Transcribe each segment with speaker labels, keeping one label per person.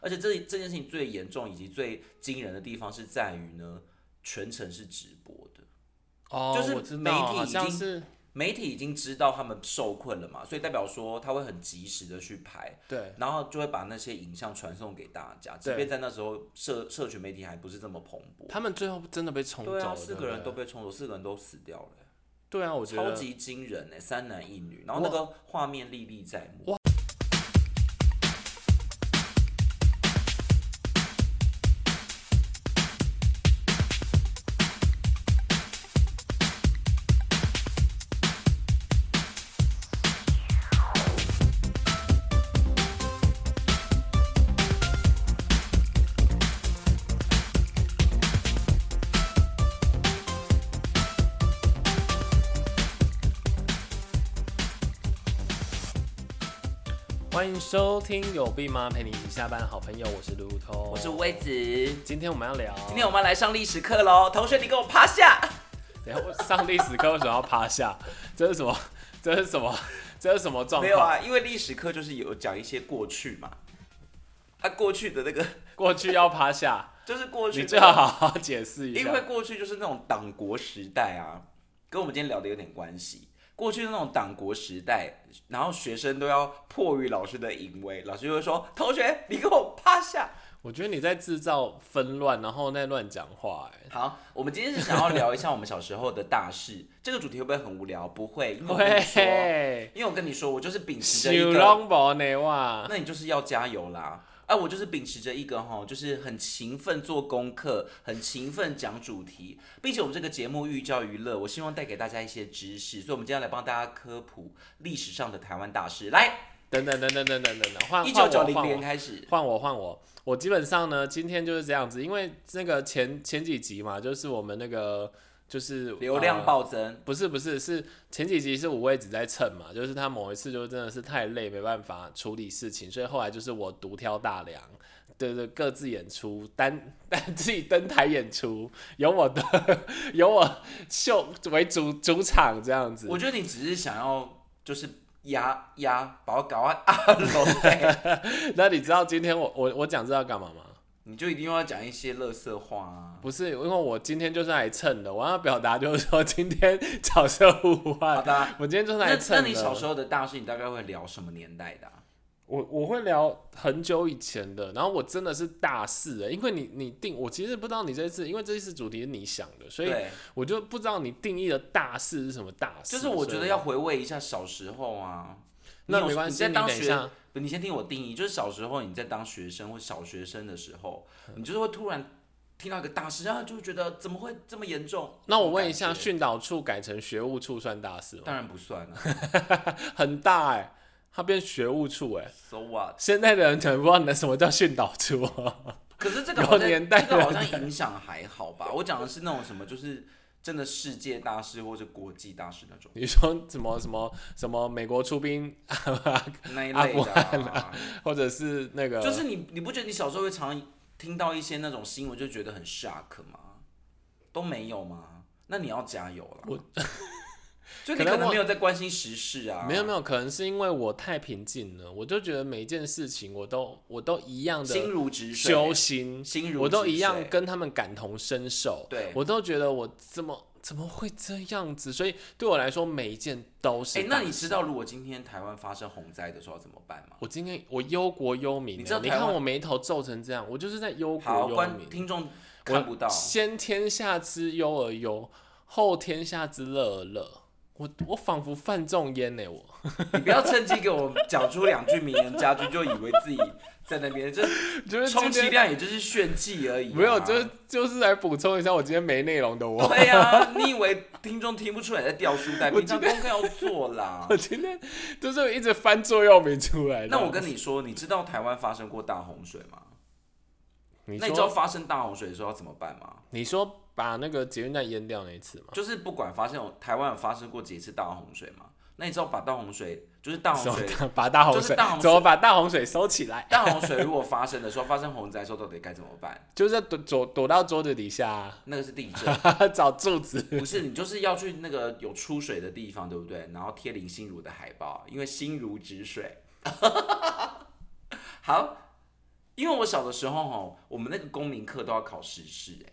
Speaker 1: 而且这这件事情最严重以及最惊人的地方是在于呢，全程是直播的，
Speaker 2: 哦，
Speaker 1: 就是
Speaker 2: 我知道
Speaker 1: 媒体
Speaker 2: 好
Speaker 1: 已
Speaker 2: 像
Speaker 1: 经
Speaker 2: 是
Speaker 1: 媒体已经知道他们受困了嘛，所以代表说他会很及时的去排，
Speaker 2: 对
Speaker 1: 然后就会把那些影像传送给大家，即
Speaker 2: 对
Speaker 1: 便在那时候社社群媒体还不是这么蓬勃。
Speaker 2: 他们最后真的被冲走
Speaker 1: 对
Speaker 2: 了，
Speaker 1: 啊，四
Speaker 2: 不
Speaker 1: 个人
Speaker 2: 对
Speaker 1: 都被冲走，四个人都死掉了、
Speaker 2: 对啊，我觉
Speaker 1: 超
Speaker 2: 得
Speaker 1: 级惊人哎、三男一女，然后那个画面历历在目。
Speaker 2: 欢迎收听有病吗？陪你一起下班的好朋友，我是路路通，
Speaker 1: 我是薇子，今
Speaker 2: 今天我们要聊，
Speaker 1: 天我们来上历史课喽，同学你给我趴下。
Speaker 2: 等一下我上历史课为什么要趴下？这是什么？这是什么？这是什么状
Speaker 1: 没有
Speaker 2: 况？
Speaker 1: 啊，因为历史课就是有讲一些过去嘛，啊，过去的那个
Speaker 2: 过去要趴下，
Speaker 1: 就是过去
Speaker 2: 你
Speaker 1: 的
Speaker 2: 最好好好解释一
Speaker 1: 因为
Speaker 2: 下。
Speaker 1: 过去就是那种党国时代啊，跟我们今天聊的有点关系。过去的那种党国时代，然后学生都要迫于老师的淫威，老师就会说：“同学，你给我趴 下。
Speaker 2: 我觉得你在制造纷乱，然后在乱讲话、欸。”
Speaker 1: 好，我们今天是想要聊一下我们小时候的大事。这个主题会不会很无聊？不会，因为我跟你 说，
Speaker 2: 喂，
Speaker 1: 因为我跟你说，我就是秉持着
Speaker 2: 小
Speaker 1: 一个
Speaker 2: 龙宝内 哇，
Speaker 1: 那你就是要加油啦！哎、我就是秉持着一个哈，就是很勤奋做功课，很勤奋讲主题，并且我们这个节目寓教于乐，我希望带给大家一些知识，所以我们今天来帮大家科普历史上的台湾大事。来，
Speaker 2: 等等等等等等等等，换
Speaker 1: 一
Speaker 2: 换
Speaker 1: 九
Speaker 2: 我
Speaker 1: 九零
Speaker 2: 换我
Speaker 1: 年。开始，
Speaker 2: 换我换我，我基本上呢，今天就是这样子，因为那个前前几集嘛，就是我们那个就是
Speaker 1: 流量、暴增
Speaker 2: 呃，不是不是是前几集是五位子在蹭嘛，就是他某一次就真的是太累，没办法处理事情，所以后来就是我独挑大梁，对对，各自演出，单 单自己登台演出，有我的 有我秀为主主场这样子
Speaker 1: 我，觉得你只是想要就是压压，把我搞到阿龙、 欸，
Speaker 2: 那你知道今天我我我讲这要干嘛吗？
Speaker 1: 你就一定要讲一些乐色话啊！
Speaker 2: 不是，因为我今天就是来蹭的。我要表达就是说，今天角色互
Speaker 1: 好
Speaker 2: 换，
Speaker 1: 的啊，
Speaker 2: 我今天就是
Speaker 1: 那
Speaker 2: 来
Speaker 1: 那
Speaker 2: 蹭的。
Speaker 1: 你小时候的大事，你大概会聊什么年代的啊、
Speaker 2: 我我会聊很久以前的，然后我真的是大事、欸，因为你你定，我其实不知道你这次，因为这一次主题是你想的，所以
Speaker 1: 对。
Speaker 2: 我就不知道你定义的大事是什么大事。
Speaker 1: 就是我觉
Speaker 2: 所
Speaker 1: 得
Speaker 2: 以
Speaker 1: 要回味一下小时候啊。
Speaker 2: 那
Speaker 1: 你有
Speaker 2: 没关
Speaker 1: 你
Speaker 2: 系，
Speaker 1: 在
Speaker 2: 你
Speaker 1: 当
Speaker 2: 等一
Speaker 1: 学，
Speaker 2: 下，
Speaker 1: 不你先听我定义，就是小时候你在当学生或小学生的时候，
Speaker 2: 嗯
Speaker 1: 你就是会突然听到一个大事，然后就会觉得怎么会这么严重？
Speaker 2: 那我
Speaker 1: 种感
Speaker 2: 问一下，
Speaker 1: 觉
Speaker 2: 训导处改成学务处算大事 吗？
Speaker 1: 当然不算了、
Speaker 2: 很大哎、它变学务处哎、
Speaker 1: s o what？
Speaker 2: 现在的人可能不知道你的什么叫训导处、哦
Speaker 1: 可是这个好
Speaker 2: 有
Speaker 1: 像
Speaker 2: 年代
Speaker 1: 这个好
Speaker 2: 的
Speaker 1: 像影响还好吧？我讲的是那种什么，就是真的世界大事或者国际大事那种
Speaker 2: 你说什么什么什么美国出兵，
Speaker 1: 那一
Speaker 2: 阿
Speaker 1: 类
Speaker 2: 富
Speaker 1: 的、啊，
Speaker 2: 或者是那个，
Speaker 1: 就是你你不觉得你小时候会常听到一些那种新闻就觉得很 shock 吗？都没有吗？那你要加油了。
Speaker 2: 我
Speaker 1: 就你
Speaker 2: 可能
Speaker 1: 可能
Speaker 2: 我
Speaker 1: 没有在关心时事啊，
Speaker 2: 没有没有，可能是因为我太平静了，我就觉得每一件事情我都我都一样
Speaker 1: 心
Speaker 2: 的
Speaker 1: 如止水，
Speaker 2: 修心，
Speaker 1: 心如
Speaker 2: 我都
Speaker 1: 止
Speaker 2: 一样
Speaker 1: 水
Speaker 2: 跟他们感同身受，
Speaker 1: 对。
Speaker 2: 我都觉得我怎么怎么会这样子，所以对我来说每一件都是
Speaker 1: 哎、
Speaker 2: 大事。
Speaker 1: 那你知道如果今天台湾发生洪灾的时候要怎么办吗？
Speaker 2: 我今天我忧国忧民
Speaker 1: 你
Speaker 2: 欸，
Speaker 1: 知道
Speaker 2: 你
Speaker 1: 台湾
Speaker 2: 看我眉头皱成这样，我就是在忧国
Speaker 1: 好，
Speaker 2: 忧
Speaker 1: 观
Speaker 2: 民。
Speaker 1: 听众
Speaker 2: 我
Speaker 1: 看不到，
Speaker 2: 先天下之忧而忧，后天下之乐而乐。我我仿佛犯众焉呢，我
Speaker 1: 你不要趁机给我讲出两句名言佳句，就以为自己在那边，这
Speaker 2: 就是
Speaker 1: 充
Speaker 2: 今
Speaker 1: 其
Speaker 2: 天
Speaker 1: 量也就是炫技而已、啊。
Speaker 2: 没有，就是就是来补充一下我今天没内容的我。
Speaker 1: 对呀、你以为听众听不出来在掉书袋？
Speaker 2: 我
Speaker 1: 平常功课要做啦
Speaker 2: 。我今天就是一直翻座右铭出来的。
Speaker 1: 那我跟你说，你知道台湾发生过大洪水吗？
Speaker 2: 你
Speaker 1: 那你知道
Speaker 2: 说
Speaker 1: 发生大洪水的时候要怎么办吗？
Speaker 2: 你说把那个捷运站淹掉那一次吗？
Speaker 1: 就是不管发生有台湾有发生过几次大洪水嘛，那你知道把大洪水就是大洪
Speaker 2: 什么
Speaker 1: 水，
Speaker 2: 把大洪
Speaker 1: 哦就是
Speaker 2: 水
Speaker 1: 大洪水
Speaker 2: 怎么把大洪水收起来？
Speaker 1: 大洪水如果发生的时候，发生洪灾的时候到底该怎么办？
Speaker 2: 就是躲躲躲到桌子底下啊、
Speaker 1: 那个是地震，
Speaker 2: 找柱子。
Speaker 1: 不是你就是要去那个有出水的地方，对不对？然后贴林心 如的海报，因为心如止水。好，因为我小的时候哈，我们那个公民课都要考时事、欸，哎，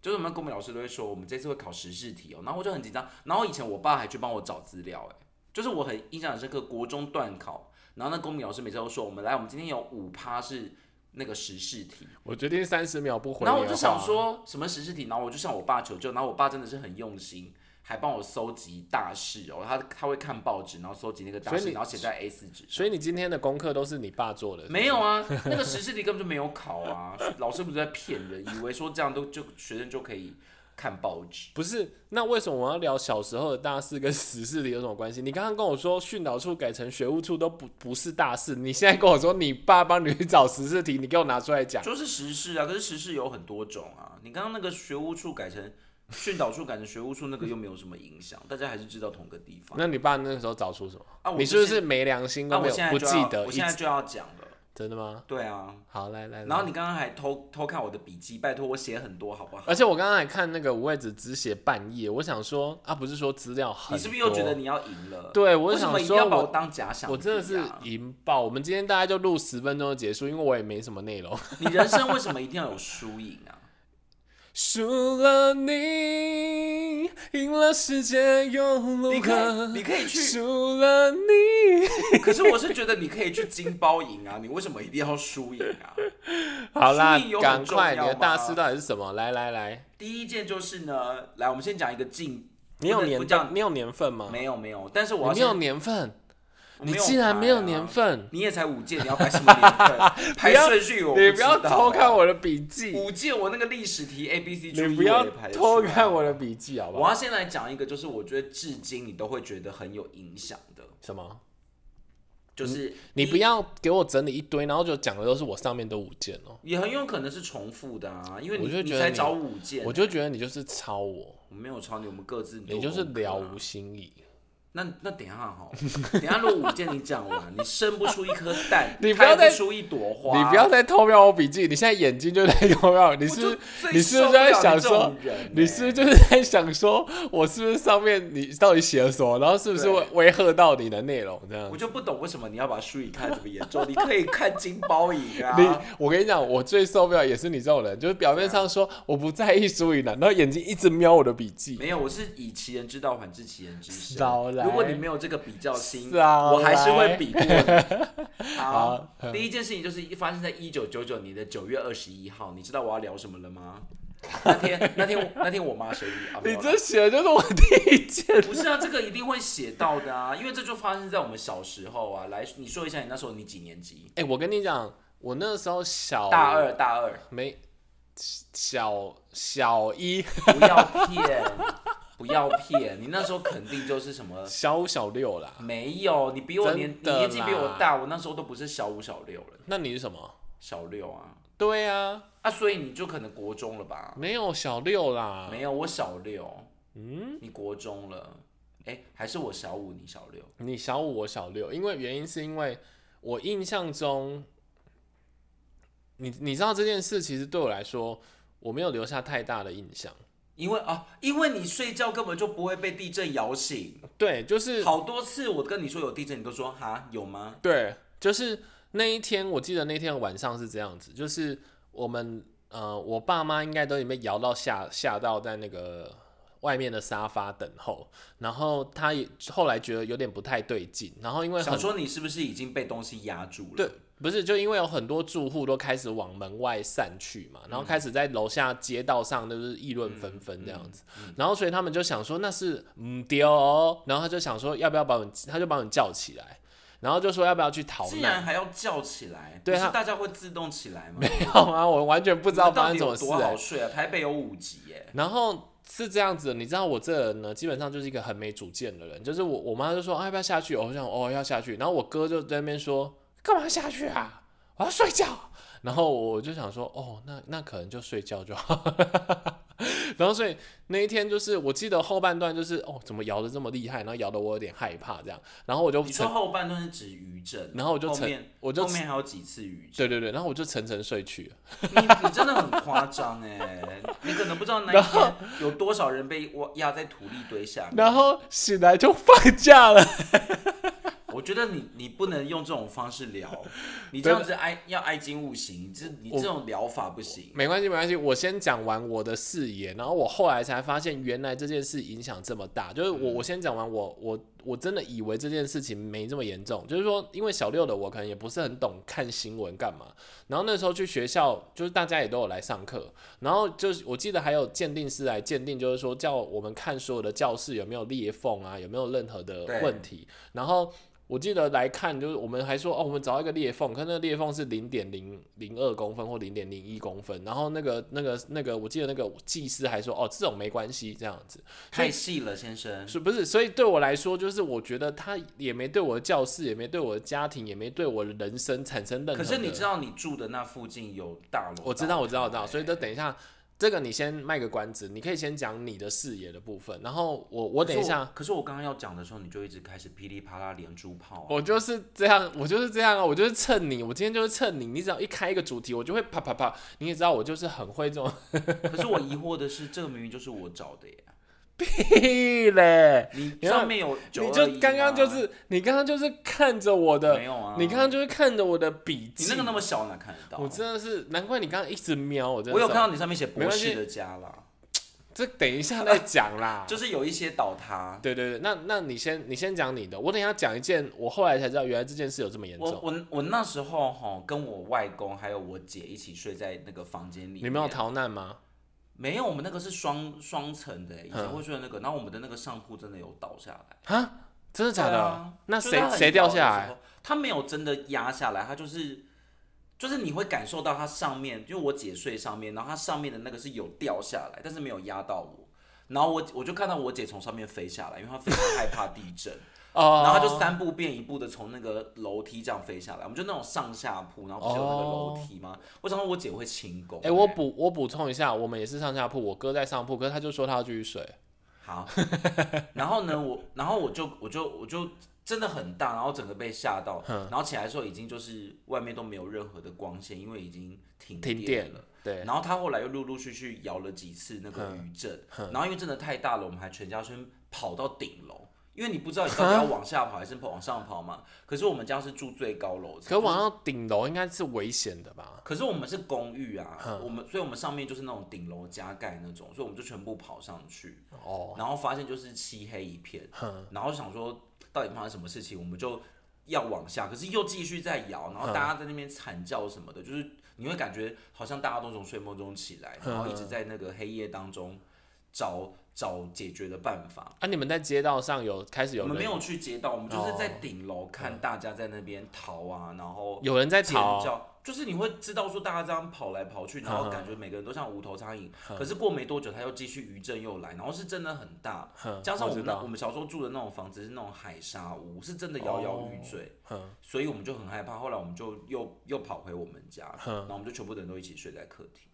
Speaker 1: 就是我们公民老师都会说，我们这次会考时事题哦、然后我就很紧张，然后以前我爸还去帮我找资料、欸，哎，就是我很印象很深刻，国中段考，然后那公民老师每次都说，我们来，我们今天有五趴是那个时事题，
Speaker 2: 我决定三十秒不回。
Speaker 1: 然后我就想，说什么时事题，然后我就向我爸求救，然后我爸真的是很用心，还帮我搜集大事哦，他他会看报纸，然后搜集那个大
Speaker 2: 所以
Speaker 1: 事，
Speaker 2: 你
Speaker 1: 然后写在 A 4纸上。
Speaker 2: 所以你今天的功课都是你爸做的？是吗
Speaker 1: 没有啊，那个时事题根本就没有考啊，老师不是在骗人，以为说这样都就学生就可以看报纸。
Speaker 2: 不是，那为什么我要聊小时候的大事跟时事的有什么关系？你刚刚跟我说训导处改成学务处都不不是大事，你现在跟我说你爸帮你去找时事题，你给我拿出来讲。
Speaker 1: 就是时事啊，可是时事有很多种啊。你刚刚那个学务处改成训导处，改成学务处，那个又没有什么影响，大家还是知道同个地方。
Speaker 2: 那你爸那个时候找出什么？
Speaker 1: 啊我
Speaker 2: 你
Speaker 1: 就是
Speaker 2: 不是没良心
Speaker 1: 那
Speaker 2: 都没
Speaker 1: 我
Speaker 2: 有、
Speaker 1: 现在
Speaker 2: 不
Speaker 1: 就要
Speaker 2: 记得
Speaker 1: 我
Speaker 2: 一
Speaker 1: 现在
Speaker 2: 次
Speaker 1: 就要讲了。
Speaker 2: 真的吗？
Speaker 1: 对啊，
Speaker 2: 好，来来，来
Speaker 1: 然后你刚刚还偷偷看我的笔记，拜托我写很多好不好？
Speaker 2: 而且我刚刚还看那个五位子只写半页，我想说啊，不是说资料很多，
Speaker 1: 你是不是又觉得你要赢了？
Speaker 2: 对我
Speaker 1: 为
Speaker 2: 就
Speaker 1: 什
Speaker 2: 想
Speaker 1: 么一定
Speaker 2: 说
Speaker 1: 要把
Speaker 2: 我
Speaker 1: 我当假想、敌
Speaker 2: 我真的是
Speaker 1: 啊
Speaker 2: 赢爆？我们今天大概就录十分钟就结束，因为我也没什么内容。
Speaker 1: 你人生为什么一定要有输赢 啊？
Speaker 2: 输了你，赢了世界又如
Speaker 1: 你可
Speaker 2: 何
Speaker 1: 以？你可以去
Speaker 2: 输了 你。
Speaker 1: 可是我是觉得你可以去金包赢啊，你为什么一定要输赢啊？
Speaker 2: 好啦
Speaker 1: 输赢有，很
Speaker 2: 赶
Speaker 1: 重
Speaker 2: 快，你的
Speaker 1: 要
Speaker 2: 大
Speaker 1: 吗
Speaker 2: 师到底是什么？来来来，
Speaker 1: 第一件就是呢，来，我们先讲一个近，
Speaker 2: 你有
Speaker 1: 不能不
Speaker 2: 年
Speaker 1: 讲
Speaker 2: 份？你有年份吗？
Speaker 1: 没有没有，但是我
Speaker 2: 嗯你
Speaker 1: 要
Speaker 2: 没有
Speaker 1: 先，
Speaker 2: 年份，
Speaker 1: 我
Speaker 2: 你
Speaker 1: 没有
Speaker 2: 竟然
Speaker 1: 排
Speaker 2: 没有
Speaker 1: 啊
Speaker 2: 年，份，
Speaker 1: 你也才五届，你要排什么 年份？排
Speaker 2: 要
Speaker 1: 顺序我
Speaker 2: 你
Speaker 1: 不
Speaker 2: 不要
Speaker 1: 知道
Speaker 2: 偷看
Speaker 1: 啊。
Speaker 2: 我的笔记，
Speaker 1: 五届我那个历史题 A B C
Speaker 2: 你
Speaker 1: 注意
Speaker 2: 不
Speaker 1: 我
Speaker 2: 要
Speaker 1: 也排得
Speaker 2: 偷
Speaker 1: 出来
Speaker 2: 看我的笔记，好不
Speaker 1: 我
Speaker 2: 好？
Speaker 1: 要先来讲一个，就是我觉得至今你都会觉得很有影响的，
Speaker 2: 什么？
Speaker 1: 就是
Speaker 2: 嗯你不
Speaker 1: 一
Speaker 2: 要给我整理一堆，然后就讲的都是我上面的五件哦、
Speaker 1: 也很有可能是重复的啊，因为
Speaker 2: 我
Speaker 1: 你
Speaker 2: 就觉得
Speaker 1: 才
Speaker 2: 你
Speaker 1: 找五件，
Speaker 2: 我就觉得你就是抄我，
Speaker 1: 我没有抄你，我们各自
Speaker 2: 你就是了
Speaker 1: 聊。
Speaker 2: 无新意。
Speaker 1: 啊那那等一下哈，等一下如果五件你讲完，你生不出一颗蛋，
Speaker 2: 你不要再
Speaker 1: 开出一朵花，
Speaker 2: 你不要再偷瞄我笔记，你现在眼睛就在偷瞄我，你
Speaker 1: 我
Speaker 2: 是
Speaker 1: 就最
Speaker 2: 你是
Speaker 1: 受
Speaker 2: 不是
Speaker 1: 不了
Speaker 2: 在
Speaker 1: 你
Speaker 2: 想
Speaker 1: 这
Speaker 2: 说
Speaker 1: 种人欸，
Speaker 2: 你是不是就是在想说，我是不是上面你到底写了什么，然后是不是
Speaker 1: 对
Speaker 2: 会威吓到你的内容这样
Speaker 1: 我？就不懂为什么你要把书影看得这么严重，你可以看金包银啊，
Speaker 2: 你，我跟你讲，我最受不了也是你这种人，就是表面上说我不在意输赢的，然后眼睛一直瞄我的笔记。
Speaker 1: 没有，啊我是以其人之道还治其人之身。
Speaker 2: 少来
Speaker 1: 如果你没有这个比较心，
Speaker 2: 少
Speaker 1: 我还是会
Speaker 2: 来
Speaker 1: 比过你。 好
Speaker 2: 好，嗯
Speaker 1: 第一件事情就是发生在一九九九年的九月二十一号，你知道我要聊什么了吗？那天那天那天我妈生日啊，没
Speaker 2: 你
Speaker 1: 有啦
Speaker 2: 这写的就是我第一件，
Speaker 1: 不是啊，这个一定会写到的啊，因为这就发生在我们小时候啊。来，你说一下你那时候你几年级？
Speaker 2: 哎、我跟你讲，我那时候小
Speaker 1: 大二，大二，
Speaker 2: 没小小一、
Speaker 1: 不要骗，不要骗，你那时候肯定就是什么。
Speaker 2: 小五、小六啦。
Speaker 1: 没有，你比我年，
Speaker 2: 真
Speaker 1: 你
Speaker 2: 的
Speaker 1: 年纪比
Speaker 2: 啦
Speaker 1: 我大，我那时候都不是小五小六了，
Speaker 2: 那你是什么？
Speaker 1: 小六啊
Speaker 2: 对啊，
Speaker 1: 啊，所以你就可能国中了吧？
Speaker 2: 没有小六啦。
Speaker 1: 没有，我小六，嗯，你国中了，哎、还是我小五，你小六，
Speaker 2: 你小五，我小六，因为原因是因为我印象中，你你知道这件事，其实对我来说，我没有留下太大的印象。
Speaker 1: 因为啊，因为你睡觉根本就不会被地震摇醒，
Speaker 2: 对，就是
Speaker 1: 好多次我跟你说有地震，你都说哈有吗？
Speaker 2: 对，就是那一天，我记得那天晚上是这样子，就是我们呃，我爸妈应该都已经被摇到吓吓到在那个外面的沙发等候，然后他也后来觉得有点不太对劲，然后因为很
Speaker 1: 想说你是不是已经被东西压住了？
Speaker 2: 对，不是，就因为有很多住户都开始往门外散去
Speaker 1: 嗯
Speaker 2: 嘛，然后开始在楼下街道上都是议论纷纷这样子，
Speaker 1: 嗯
Speaker 2: 然后所以他们就想说那是嗯丢、哦，然后他就想说要不要把我们，他就把我们叫起来，然后就说要不要去逃
Speaker 1: 竟然
Speaker 2: 难，
Speaker 1: 还要叫起来，
Speaker 2: 对
Speaker 1: 不是
Speaker 2: 他
Speaker 1: 大家会自动起来吗？
Speaker 2: 好吗？我完 全不
Speaker 1: 不
Speaker 2: 知道发生什么事、
Speaker 1: 多
Speaker 2: 欸
Speaker 1: 好，睡啊！台北有五级耶，
Speaker 2: 然后是这样子，你知道我这个人呢，基本上就是一个很没主见的人，就是我我妈就说、啊、要不要下去，我就想哦要下去，然后我哥就在那边说干嘛下去啊，我要睡觉，然后我就想说哦那那可能就睡觉就好。 然后所以那一天就是，我记得后半段就是哦，怎么摇的这么厉害，然后摇的我有点害怕这样，然后我就
Speaker 1: 你
Speaker 2: 沉
Speaker 1: 说，后半段是指余震，哦
Speaker 2: 然后我就
Speaker 1: 后
Speaker 2: 沉
Speaker 1: 面，
Speaker 2: 我就
Speaker 1: 后面还有几次余震，
Speaker 2: 对对对，然后我就沉沉睡去了。
Speaker 1: 你你真的很夸张哎，你可能不知道那一天有多少人被我压在土地堆下面。
Speaker 2: 然后醒来就放假了。
Speaker 1: 我觉得你你不能用这种方式 聊，你这样子爱要爱精勿行，这你这种疗法不行。
Speaker 2: 没关系，没关系。我先讲完我的视野，然后我后来才发现，原来这件事影响这么大。就是我，我先讲完我，我我真的以为这件事情没这么严重。就是说，因为小六的我可能也不是很懂看新闻干嘛。然后那时候去学校，就是大家也都有来上课，然后就是我记得还有鉴定师来鉴定，就是说叫我们看所有的教室有没有裂缝啊，有没有任何的
Speaker 1: 对
Speaker 2: 问题。然后我记得来看，就是我们还说哦，我们找到一个裂缝，可那个裂缝是零点零零二公分或零点零一公分，然后那个那个那个，我记得那个技师还说哦，这种没关系这样子，
Speaker 1: 太细了，先生。
Speaker 2: 是不是？所以对我来说，就是我觉得他也没对我的教室，也没对我的家庭，也没对我的人生产生任
Speaker 1: 可
Speaker 2: 何的。
Speaker 1: 是你知道你住的那附近有大楼吧？
Speaker 2: 我知道，我知道，我知道。所以就等一下，这个你先卖个关子，你可以先讲你的视野的部分，然后我我
Speaker 1: 可
Speaker 2: 等
Speaker 1: 是
Speaker 2: 一下，
Speaker 1: 可是我刚刚要讲的时候，你就一直开始噼里啪啦连珠炮、啊。
Speaker 2: 我就是这样，我就是这样啊，我就是蹭你，我今天就是蹭你，你只要一开一个主题，我就会啪啪啪。你也知道，我就是很会这种
Speaker 1: 可是我疑惑的是，这个明明就是我找的耶。
Speaker 2: 屁嘞，
Speaker 1: 你
Speaker 2: 看
Speaker 1: 上面有
Speaker 2: 你
Speaker 1: 921
Speaker 2: 就
Speaker 1: 吗
Speaker 2: 刚刚就是你刚刚就是看着我的
Speaker 1: 没，有啊？
Speaker 2: 你刚刚就是看着我的笔
Speaker 1: 你
Speaker 2: 记，
Speaker 1: 那个那么小哪看得到？啊
Speaker 2: 我真的是难怪你刚刚一直瞄我，真的
Speaker 1: 我有
Speaker 2: 是
Speaker 1: 看到你上面写博
Speaker 2: 没
Speaker 1: 士
Speaker 2: 关
Speaker 1: 的家啦，
Speaker 2: 这等一下再讲啦，
Speaker 1: 就是有一些倒塌。
Speaker 2: 对对对，那那你先你先讲你的，我等一下讲一件，我后来才知道原来这件事有这么严
Speaker 1: 我
Speaker 2: 重。
Speaker 1: 我我那时候哈跟我外公还有我姐一起睡在那个房间里面，
Speaker 2: 你没有逃难吗？
Speaker 1: 没有，我们那个是双双层的，以前
Speaker 2: 嗯
Speaker 1: 会睡的那个，然后我们的那个上铺真的有倒下来，
Speaker 2: 啊，真的假
Speaker 1: 对
Speaker 2: 的？
Speaker 1: 啊
Speaker 2: 那
Speaker 1: 就
Speaker 2: 谁
Speaker 1: 它很
Speaker 2: 谁掉
Speaker 1: 摇的
Speaker 2: 下
Speaker 1: 时
Speaker 2: 来？
Speaker 1: 候？它没有真的压下来，它就是就是你会感受到它上面，因为我姐睡上面，然后它上面的那个是有掉下来，但是没有压到我。然后我我就看到我姐从上面飞下来，因为她非常害怕地震，
Speaker 2: 哦，
Speaker 1: 然后她就三步变一步的从那个楼梯这样飞下来。我们就那种上下铺，然后不是有那个楼梯吗？我想说我姐会轻功、
Speaker 2: 哦哎、我补我补充一下，我们也是上下铺，我哥在上铺，可是他就说他要继续睡。
Speaker 1: 好，然后呢，我然后我就我就我就真的很大，然后整个被吓到，然后起来的时候已经就是外面都没有任何的光线，因为已经停
Speaker 2: 停
Speaker 1: 电
Speaker 2: 电
Speaker 1: 了。
Speaker 2: 对，
Speaker 1: 然后他后来又陆陆续续摇了几次那个余震，然后因为真的太大了，我们还全家先跑到顶楼，因为你不知道你到底要往下跑还是往上跑嘛。可是我们家是住最高楼层，
Speaker 2: 可往上顶楼应该是危险的吧？
Speaker 1: 可是我们是公寓啊，我们所以我们上面就是那种顶楼加盖那种，所以我们就全部跑上去。
Speaker 2: 哦，
Speaker 1: 然后发现就是漆黑一片，然后想说到底发生什么事情，我们就要往下，可是又继续在摇，然后大家在那边惨叫什么的，就是你会感觉好像大家都从睡梦中起来，然后一直在那个黑夜当中找找解决的办法。
Speaker 2: 啊，你们在街道上有开始
Speaker 1: 我
Speaker 2: 有
Speaker 1: 们
Speaker 2: 人
Speaker 1: 没有去街道，我们就是在
Speaker 2: 哦
Speaker 1: 顶楼看大家在那边逃啊，然后
Speaker 2: 有人在
Speaker 1: 尖
Speaker 2: 吵，
Speaker 1: 叫，就是你会知道说大家这样跑来跑去，然后感觉每个人都像无头苍蝇。可是过没多久，他又继续余震又来，然后是真的很大，
Speaker 2: 哼
Speaker 1: 加上
Speaker 2: 嗯
Speaker 1: 我
Speaker 2: 我知
Speaker 1: 们那我
Speaker 2: 道，
Speaker 1: 们小时候住的那种房子是那种海沙屋，是真的摇摇
Speaker 2: 哦
Speaker 1: 欲坠，
Speaker 2: 哼
Speaker 1: 所以我们就很害怕。后来我们就又又跑回我们家，
Speaker 2: 哼
Speaker 1: 然后我们就全部的人都一起睡在客厅。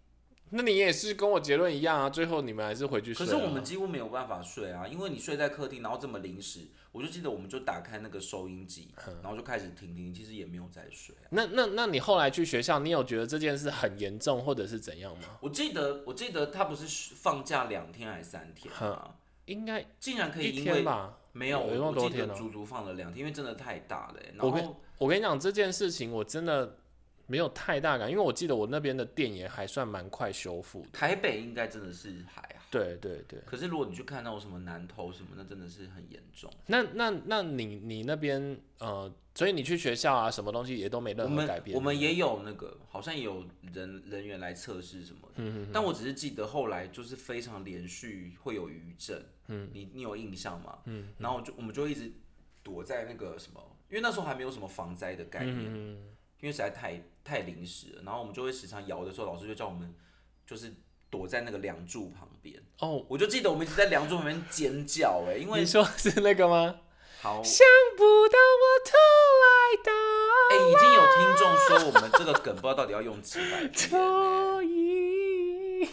Speaker 2: 那你也是跟我结论一样啊，最后你们还是回去睡
Speaker 1: 可
Speaker 2: 啊。
Speaker 1: 是我们几乎没有办法睡啊，因为你睡在客厅，然后这么临时，我就记得我们就打开那个收音机，然后就开始听听，其实也没有在睡啊。
Speaker 2: 那那那你后来去学校，你有觉得这件事很严重或者是怎样吗？
Speaker 1: 我记得我记得他不是放假两天还是三天啊？
Speaker 2: 应该
Speaker 1: 竟然可以
Speaker 2: 一
Speaker 1: 因
Speaker 2: 天
Speaker 1: 为
Speaker 2: 吧。
Speaker 1: 没有，
Speaker 2: 有一共
Speaker 1: 我
Speaker 2: 多
Speaker 1: 我记
Speaker 2: 天
Speaker 1: 得
Speaker 2: 哦
Speaker 1: 足足放了两天，因为真的太大了欸、然
Speaker 2: 我跟
Speaker 1: 后
Speaker 2: 我跟你讲这件事情，我真的没有太大感，因为我记得我那边的电也还算蛮快修复的。
Speaker 1: 台北应该真的是还好。
Speaker 2: 对对对，
Speaker 1: 可是如果你去看那种什么南投什么，那真的是很严重。
Speaker 2: 那那那你你那边呃，所以你去学校啊，什么东西也都没
Speaker 1: 我
Speaker 2: 任何改
Speaker 1: 们
Speaker 2: 变。
Speaker 1: 我们也有那个，好像也有人人员来测试什么
Speaker 2: 嗯
Speaker 1: 的，但我只是记得后来就是非常连续会有余震，嗯，你你有印象吗？嗯，然后我就我们就一直躲在那个什么，因为那时候还没有什么防灾的概念，
Speaker 2: 嗯
Speaker 1: 因为实在太太临时了，然后我们就会时常摇的时候，老师就叫我们就是躲在那个梁柱旁边，
Speaker 2: 哦，
Speaker 1: 我就记得我们一直在梁柱旁边尖叫、哎，因为哦
Speaker 2: 你说是那个吗？
Speaker 1: 好，
Speaker 2: 想不到我突来到，
Speaker 1: 哎、已经有听众说我们这个梗不知 道到底要用几百遍、欸，
Speaker 2: 秋意。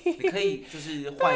Speaker 1: 你可以就是换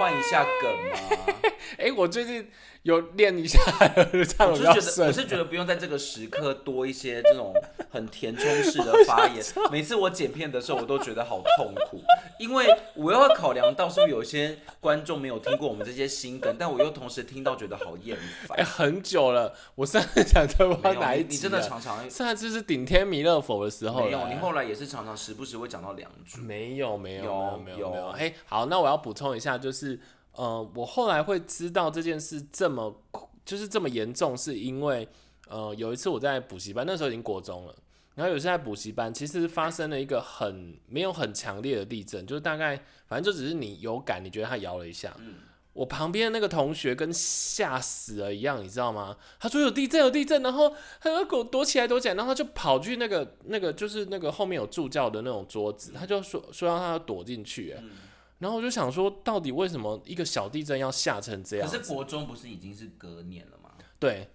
Speaker 1: 换一下梗吗？
Speaker 2: 哎、我最近有练一下 唱
Speaker 1: 我
Speaker 2: 比
Speaker 1: 是
Speaker 2: 较
Speaker 1: 觉得，我
Speaker 2: 顺，
Speaker 1: 是觉得不用在这个时刻多一些这种很填充式的发 言。每次我剪片的时候，我都觉得好痛苦，因为我又要考量到是不是有些观众没有听过我们这些新梗，但我又同时听到觉得好厌烦。
Speaker 2: 哎、很久了。我上次讲的不知
Speaker 1: 没
Speaker 2: 道
Speaker 1: 有
Speaker 2: 哪一
Speaker 1: 你
Speaker 2: 集啊
Speaker 1: 你真的
Speaker 2: 了
Speaker 1: 常常
Speaker 2: 上次是顶天弥勒佛的时候
Speaker 1: 没有，
Speaker 2: 了
Speaker 1: 你后来也是常常时不时会讲到良渚。
Speaker 2: 没有没有
Speaker 1: 有
Speaker 2: 没有没有
Speaker 1: 有
Speaker 2: 没有。嘿，好，那我要补充一下，就是呃，我后来会知道这件事这么就是这么严重，是因为呃有一次我在补习班，那时候已经国中了。然后有一次在补习班，其实发生了一个很没有很强烈的地震，就是大概反正就只是你有感，你觉得它摇了一下。
Speaker 1: 嗯
Speaker 2: 我旁边的那个同学跟吓死了一样，你知道吗？他说有地震有地震，然后他说给我躲起来躲起来，然后他就跑去那个那个就是那个后面有助教的那种桌子，他就说说让他躲进去、
Speaker 1: 嗯
Speaker 2: 欸然后我就想说，到底为什么一个小地震要吓成这
Speaker 1: 可
Speaker 2: 样？
Speaker 1: 是国中不是已经是隔年了吗？
Speaker 2: 对，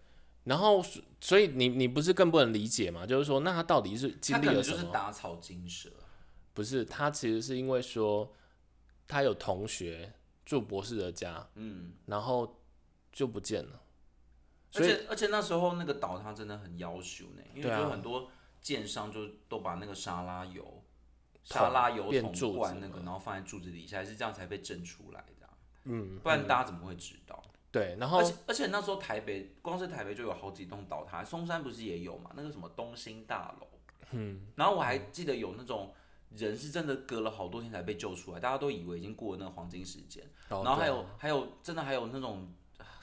Speaker 2: 然后所所以你你不是更不能理解嘛？就是说，那他到底是
Speaker 1: 他
Speaker 2: 经历
Speaker 1: 可能
Speaker 2: 了
Speaker 1: 就
Speaker 2: 什
Speaker 1: 是
Speaker 2: 么？
Speaker 1: 打草惊蛇。
Speaker 2: 不是，他其实是因为说他有同学住博士的家，
Speaker 1: 嗯，
Speaker 2: 然后就不见了。
Speaker 1: 而
Speaker 2: 所以
Speaker 1: 且而且那时候那个倒汤真的很要求呢，因为
Speaker 2: 对啊
Speaker 1: 就很多建商就都把那个沙拉油、
Speaker 2: 桶
Speaker 1: 沙拉油
Speaker 2: 变柱
Speaker 1: 桶
Speaker 2: 子
Speaker 1: 灌那个，
Speaker 2: 嘛
Speaker 1: 然后放在柱子底下，是这样才被震出来的啊、嗯，不然大家怎么会知道？
Speaker 2: 对，然后
Speaker 1: 而且而且那时候台北光是台北就有好几栋倒塌，松山不是也有嘛？那个什么东兴大楼，嗯，然后我还记得有那种人是真的隔了好多天才被救出来，大家都以为已经过了那个黄金时间，
Speaker 2: 哦
Speaker 1: 然后还
Speaker 2: 对
Speaker 1: 有还有真的还有那种。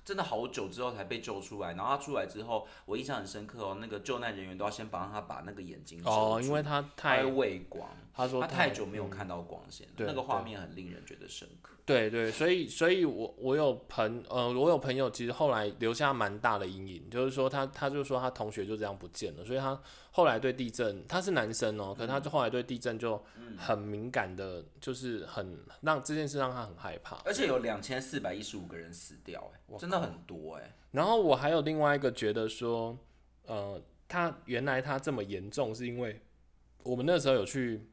Speaker 1: 真的好久之后才被救出来，然后他出来之后，我印象很深刻哦。那个救难人员都要先帮他把那个眼睛遮
Speaker 2: 哦，
Speaker 1: 住
Speaker 2: 因为他
Speaker 1: 他会
Speaker 2: 太
Speaker 1: 畏光，
Speaker 2: 他说
Speaker 1: 他太久
Speaker 2: 嗯
Speaker 1: 没有看到光线了，
Speaker 2: 对
Speaker 1: 那个画
Speaker 2: 对
Speaker 1: 面很令人觉得深刻。
Speaker 2: 对对，所以所以我我有朋呃，我有朋友其实后来留下蛮大的阴影，就是说他他就说他同学就这样不见了，所以他后来对地震，他是男生哦、可
Speaker 1: 嗯
Speaker 2: 是他就后来对地震就很敏感的，就是很让这件事让他很害怕。
Speaker 1: 而且有两千四百一十五个人死掉、哎，真的很多哎、
Speaker 2: 然后我还有另外一个觉得说，呃，他原来他这么严重，是因为我们那时候有去，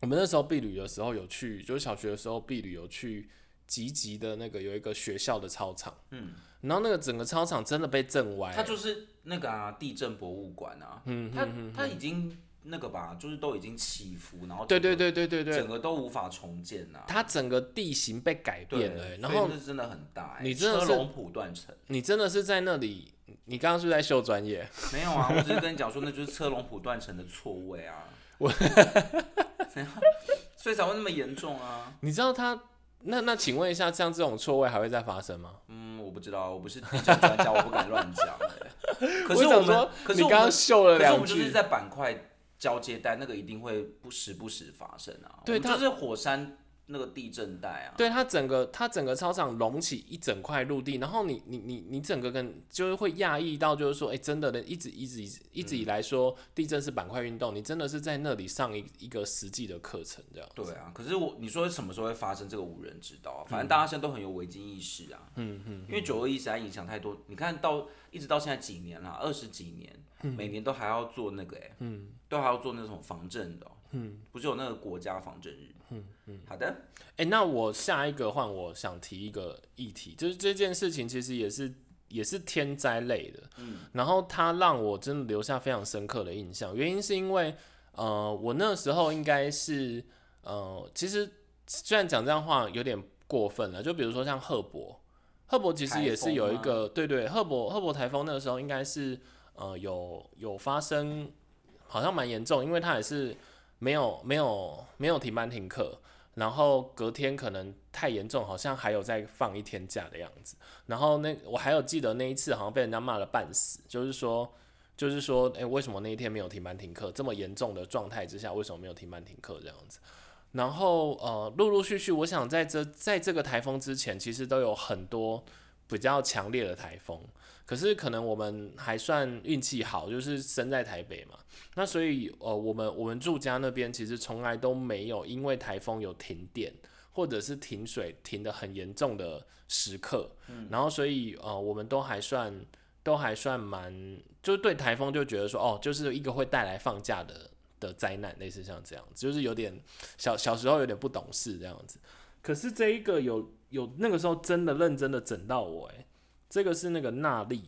Speaker 2: 我们那时候避旅的时候有去，就是小学的时候避旅有去集集的那个有一个学校的操场，
Speaker 1: 嗯，
Speaker 2: 然后那个整个操场真的被震歪、
Speaker 1: 它就是那个啊，地震博物馆啊，嗯，它它已经那个吧，就是都已经起伏，然后
Speaker 2: 对对
Speaker 1: 整个
Speaker 2: 对对对对，
Speaker 1: 整个都无法重建呐、啊，
Speaker 2: 它整个地形被改
Speaker 1: 对
Speaker 2: 变了、，欸
Speaker 1: 所
Speaker 2: 然
Speaker 1: 以
Speaker 2: 后
Speaker 1: 那真的很大、哎，
Speaker 2: 你真的
Speaker 1: 车
Speaker 2: 是
Speaker 1: 龙浦断层
Speaker 2: 你真的是在那里，你刚刚是不是在秀专业？
Speaker 1: 没有啊，我只是跟你讲说，那就是车龙浦断层的错位 啊，我，所以才会那么严重啊，
Speaker 2: 你知道他那那请问一下，像这种错位还会再发生吗？
Speaker 1: 嗯，我不知道，我不是地震专家，我不敢乱讲、哎可是
Speaker 2: 我
Speaker 1: 我
Speaker 2: 想说
Speaker 1: 们，可
Speaker 2: 你
Speaker 1: 是我
Speaker 2: 刚
Speaker 1: 们
Speaker 2: 刚秀了
Speaker 1: 可是我
Speaker 2: 两
Speaker 1: 们就是
Speaker 2: 句，
Speaker 1: 在板块交接带，那个一定会不时不时发生啊。
Speaker 2: 对
Speaker 1: 我们
Speaker 2: 它
Speaker 1: 就是火山那个地震带啊。
Speaker 2: 对它整个它整个操场隆起一整块陆地，然后你你你你整个跟就是会讶异到，就是说，哎、真的的，一直一直一直一直以来说地震是板块运动，你真的是在那里上一一个实际的课程这样。
Speaker 1: 对啊，可是我你说什么时候会发生，这个无人知道、啊。反正大家现在都很有危机意识啊。嗯嗯。因为九二一实在影响太多，你看到一直到现在几年了，二十几年，每年都还要做那个哎、嗯，都还要做那种防震的、嗯，不是有那个国家防震日。嗯嗯。好的，
Speaker 2: 哎、那我下一个换我想提一个议题，就是这件事情其实也是也是天灾类的，嗯，然后它让我真的留下非常深刻的印象，原因是因为呃，我那时候应该是呃，其实虽然讲这样话有点过分了，就比如说像赫伯，赫伯其实也是有一个对对，赫伯赫伯台风那个时候应该是呃有有发生，好像蛮严重，因为它也是没有没有没有停班停课，然后隔天可能太严重，好像还有再放一天假的样子。然后那我还有记得那一次好像被人家骂了半死，就是说。就是说，诶、为什么那一天没有停班停课？这么严重的状态之下，为什么没有停班停课这样子？然后呃，陆陆续续，我想在这在这个台风之前，其实都有很多比较强烈的台风。可是可能我们还算运气好，就是生在台北嘛。那所以呃，我们我们住家那边其实从来都没有因为台风有停电或者是停水停的很严重的时刻。
Speaker 1: 嗯
Speaker 2: 然后所以呃，我们都还算都还算蛮，就是对台风就觉得说哦，就是一个会带来放假的的灾难，类似像这样子，就是有点小小时候有点不懂事这样子。可是这一个有有那个时候真的认真的整到我、欸，这个是那个纳利，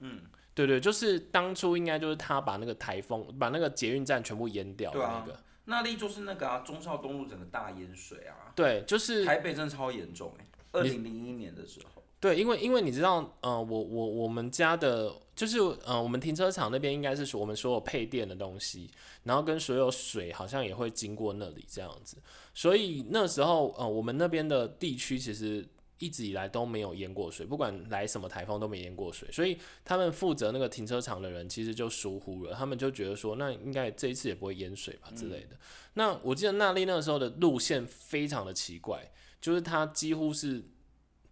Speaker 1: 嗯，
Speaker 2: 对对，就是当初应该就是他把那个台风把那个捷运站全部淹掉的
Speaker 1: 对
Speaker 2: 那
Speaker 1: 啊
Speaker 2: 个，
Speaker 1: 那力就是那个啊，忠孝东路整个大淹水啊，
Speaker 2: 对，就是
Speaker 1: 台北真的超严重哎、二零零一年的时候，
Speaker 2: 对，因为因为你知道，呃，我我我们家的，就是呃，我们停车场那边应该是属我们所有配电的东西，然后跟所有水好像也会经过那里这样子，所以那时候呃，我们那边的地区其实一直以来都没有淹过水，不管来什么台风都没淹过水，所以他们负责那个停车场的人其实就疏忽了，他们就觉得说，那应该这一次也不会淹水吧之类的。那我记得纳利那个时候的路线非常的奇怪，就是它几乎是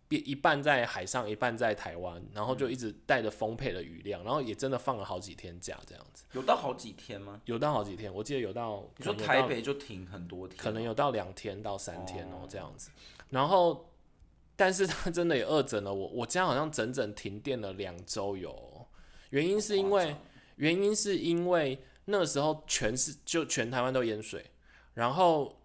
Speaker 2: 边一半在海上，一半在台湾，然后
Speaker 1: 嗯
Speaker 2: 就一直带着丰沛的雨量，然后也真的放了好几天假这样子，
Speaker 1: 有到好几天吗？
Speaker 2: 有到好几天，我记得有到
Speaker 1: 你说
Speaker 2: 可能
Speaker 1: 台
Speaker 2: 有到
Speaker 1: 北就停很多天，
Speaker 2: 可能有到两天到三天哦、这样子。然后，但是他真的也饿整了我，我家好像整整停电了两周有哦，原因是因
Speaker 1: 好夸
Speaker 2: 为
Speaker 1: 张
Speaker 2: 原因是因为那时候全是就全台湾都淹水，然后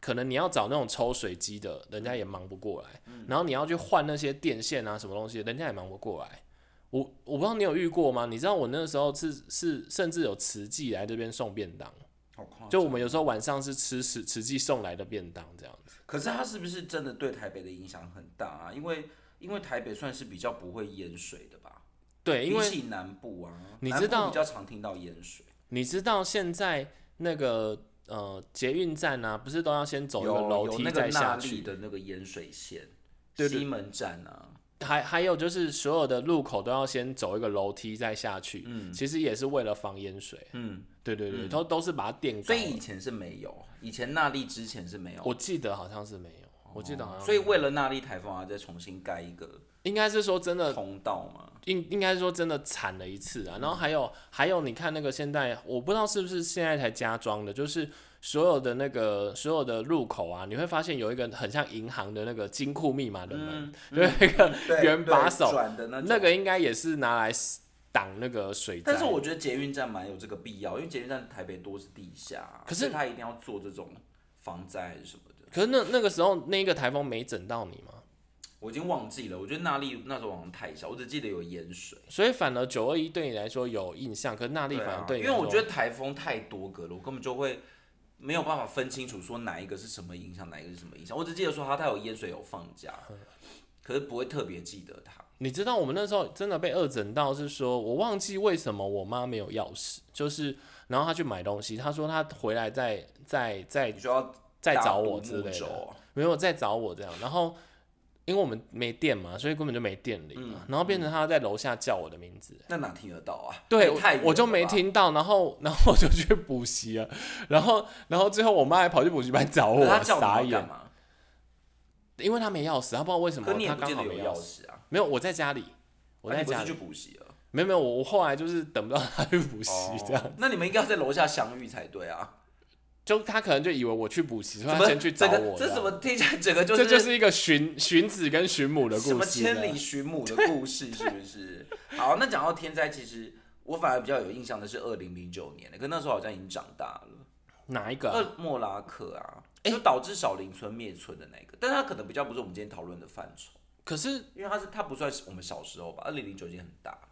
Speaker 2: 可能你要找那种抽水机的，人家也忙不过来，
Speaker 1: 嗯
Speaker 2: 然后你要去换那些电线啊什么东西，人家也忙不过来。我我不知道你有遇过吗？你知道我那时候是是甚至有慈济来这边送便当，
Speaker 1: 好夸张哦
Speaker 2: 就我们有时候晚上是吃慈慈济送来的便当这样子。
Speaker 1: 可是它是不是真的对台北的影响很大啊？因为因为台北算是比较不会淹水的吧，
Speaker 2: 对，因
Speaker 1: 比
Speaker 2: 为
Speaker 1: 起南部啊，
Speaker 2: 你
Speaker 1: 南
Speaker 2: 知
Speaker 1: 部
Speaker 2: 道
Speaker 1: 比较常听到淹水，
Speaker 2: 你知道现在那个呃捷运站啊，不是都要先走一
Speaker 1: 有
Speaker 2: 楼
Speaker 1: 有
Speaker 2: 梯
Speaker 1: 那个
Speaker 2: 再
Speaker 1: 纳
Speaker 2: 下
Speaker 1: 利
Speaker 2: 去？
Speaker 1: 的那个淹水线，
Speaker 2: 对对
Speaker 1: 西门站啊，
Speaker 2: 还还有就是所有的路口都要先走一个楼梯再下去，
Speaker 1: 嗯
Speaker 2: 其实也是为了防淹水。啊
Speaker 1: 嗯，
Speaker 2: 对对对，都都是把它垫高
Speaker 1: 所以以
Speaker 2: 了。
Speaker 1: 前是没有，以前纳利之前是没有，啊哦
Speaker 2: 我记得好像是没有，我记得好像
Speaker 1: 所以为了纳利台风啊，再重新盖一个
Speaker 2: 应该是说真的
Speaker 1: 通道嘛，
Speaker 2: 应应该说真的惨了一次
Speaker 1: 嗯
Speaker 2: 啊。然后还有还有，你看那个现在，我不知道是不是现在才加装的，就是所有的那个所有的入口啊，你会发现有一个很像银行的那个金库密码的门，对、那个
Speaker 1: 对
Speaker 2: 圆把手
Speaker 1: 对转嗯的那种
Speaker 2: 那个应该也是拿来挡那个水灾。
Speaker 1: 但是我觉得捷运站蛮有这个必要，因为捷运站台北多是地下啊，
Speaker 2: 可是
Speaker 1: 所以他一定要做这种防灾还是什么的。
Speaker 2: 可是那那个时候那个台风没整到你嘛，
Speaker 1: 我已经忘记了，我觉得纳利那时候好像太小，我只记得有盐水。
Speaker 2: 所以反而九二一对你来说有印象，可是那莉反而
Speaker 1: 啊，
Speaker 2: 对
Speaker 1: 因
Speaker 2: 你
Speaker 1: 为
Speaker 2: 来
Speaker 1: 我
Speaker 2: 说
Speaker 1: 觉得台风太多个了，我根本就会没有办法分清楚说哪一个是什么影响，哪一个是什么影响。我只记得说它它有淹水有放假，可是不会特别记得它。
Speaker 2: 你知道我们那时候真的被恶整到，是说我忘记为什么我妈没有钥匙，就是然后她去买东西，她说她回来再再再
Speaker 1: 你就要
Speaker 2: 再
Speaker 1: 大
Speaker 2: 找
Speaker 1: 独
Speaker 2: 我之
Speaker 1: 木
Speaker 2: 类
Speaker 1: 舟
Speaker 2: 的，
Speaker 1: 啊，
Speaker 2: 没有再找我这样，然后因为我们没电嘛，所以根本就没电铃嘛，然后变成她在楼下叫我的名字，
Speaker 1: 那哪听得到啊？
Speaker 2: 对，
Speaker 1: 也
Speaker 2: 我
Speaker 1: 哎太远
Speaker 2: 我就
Speaker 1: 了
Speaker 2: 没
Speaker 1: 吧。
Speaker 2: 听到，然后然后我就去补习了，然后然后最后我妈还跑去补习班找
Speaker 1: 可
Speaker 2: 我
Speaker 1: 是，他叫
Speaker 2: 傻
Speaker 1: 你要
Speaker 2: 眼
Speaker 1: 干，嘛？
Speaker 2: 因为她没钥匙，她不知道为什么
Speaker 1: 可你也
Speaker 2: 她
Speaker 1: 不
Speaker 2: 刚
Speaker 1: 见
Speaker 2: 好
Speaker 1: 得
Speaker 2: 没
Speaker 1: 有
Speaker 2: 钥
Speaker 1: 钥
Speaker 2: 匙，
Speaker 1: 匙啊。
Speaker 2: 没有我在家里，我
Speaker 1: 啊
Speaker 2: 在
Speaker 1: 你不
Speaker 2: 家
Speaker 1: 是
Speaker 2: 里
Speaker 1: 去。补习 了。哦
Speaker 2: 没有没有，我我后来就是等不到他去补习，这样、
Speaker 1: 那你们应该要在楼下相遇才对啊！
Speaker 2: 就他可能就以为我去补习，所以
Speaker 1: 怎
Speaker 2: 他
Speaker 1: 么
Speaker 2: 啊先去找
Speaker 1: 整
Speaker 2: 我
Speaker 1: 个这
Speaker 2: 样
Speaker 1: 怎么听起来整个就
Speaker 2: 这就是一个寻寻子跟寻母的故事，
Speaker 1: 什么千
Speaker 2: 这
Speaker 1: 里
Speaker 2: 样
Speaker 1: 寻母的故事，是不是？好，那讲到天灾，其实我反而比较有印象的是二零零九年的，可那时候好像已经长大了。
Speaker 2: 哪一个啊、
Speaker 1: 二莫拉克啊，就导致小林村灭村的那个，但它可能比较不是我们今天讨论的范畴，
Speaker 2: 可是
Speaker 1: 因为它是它不算是我们小时候吧。二零零九已经很大了，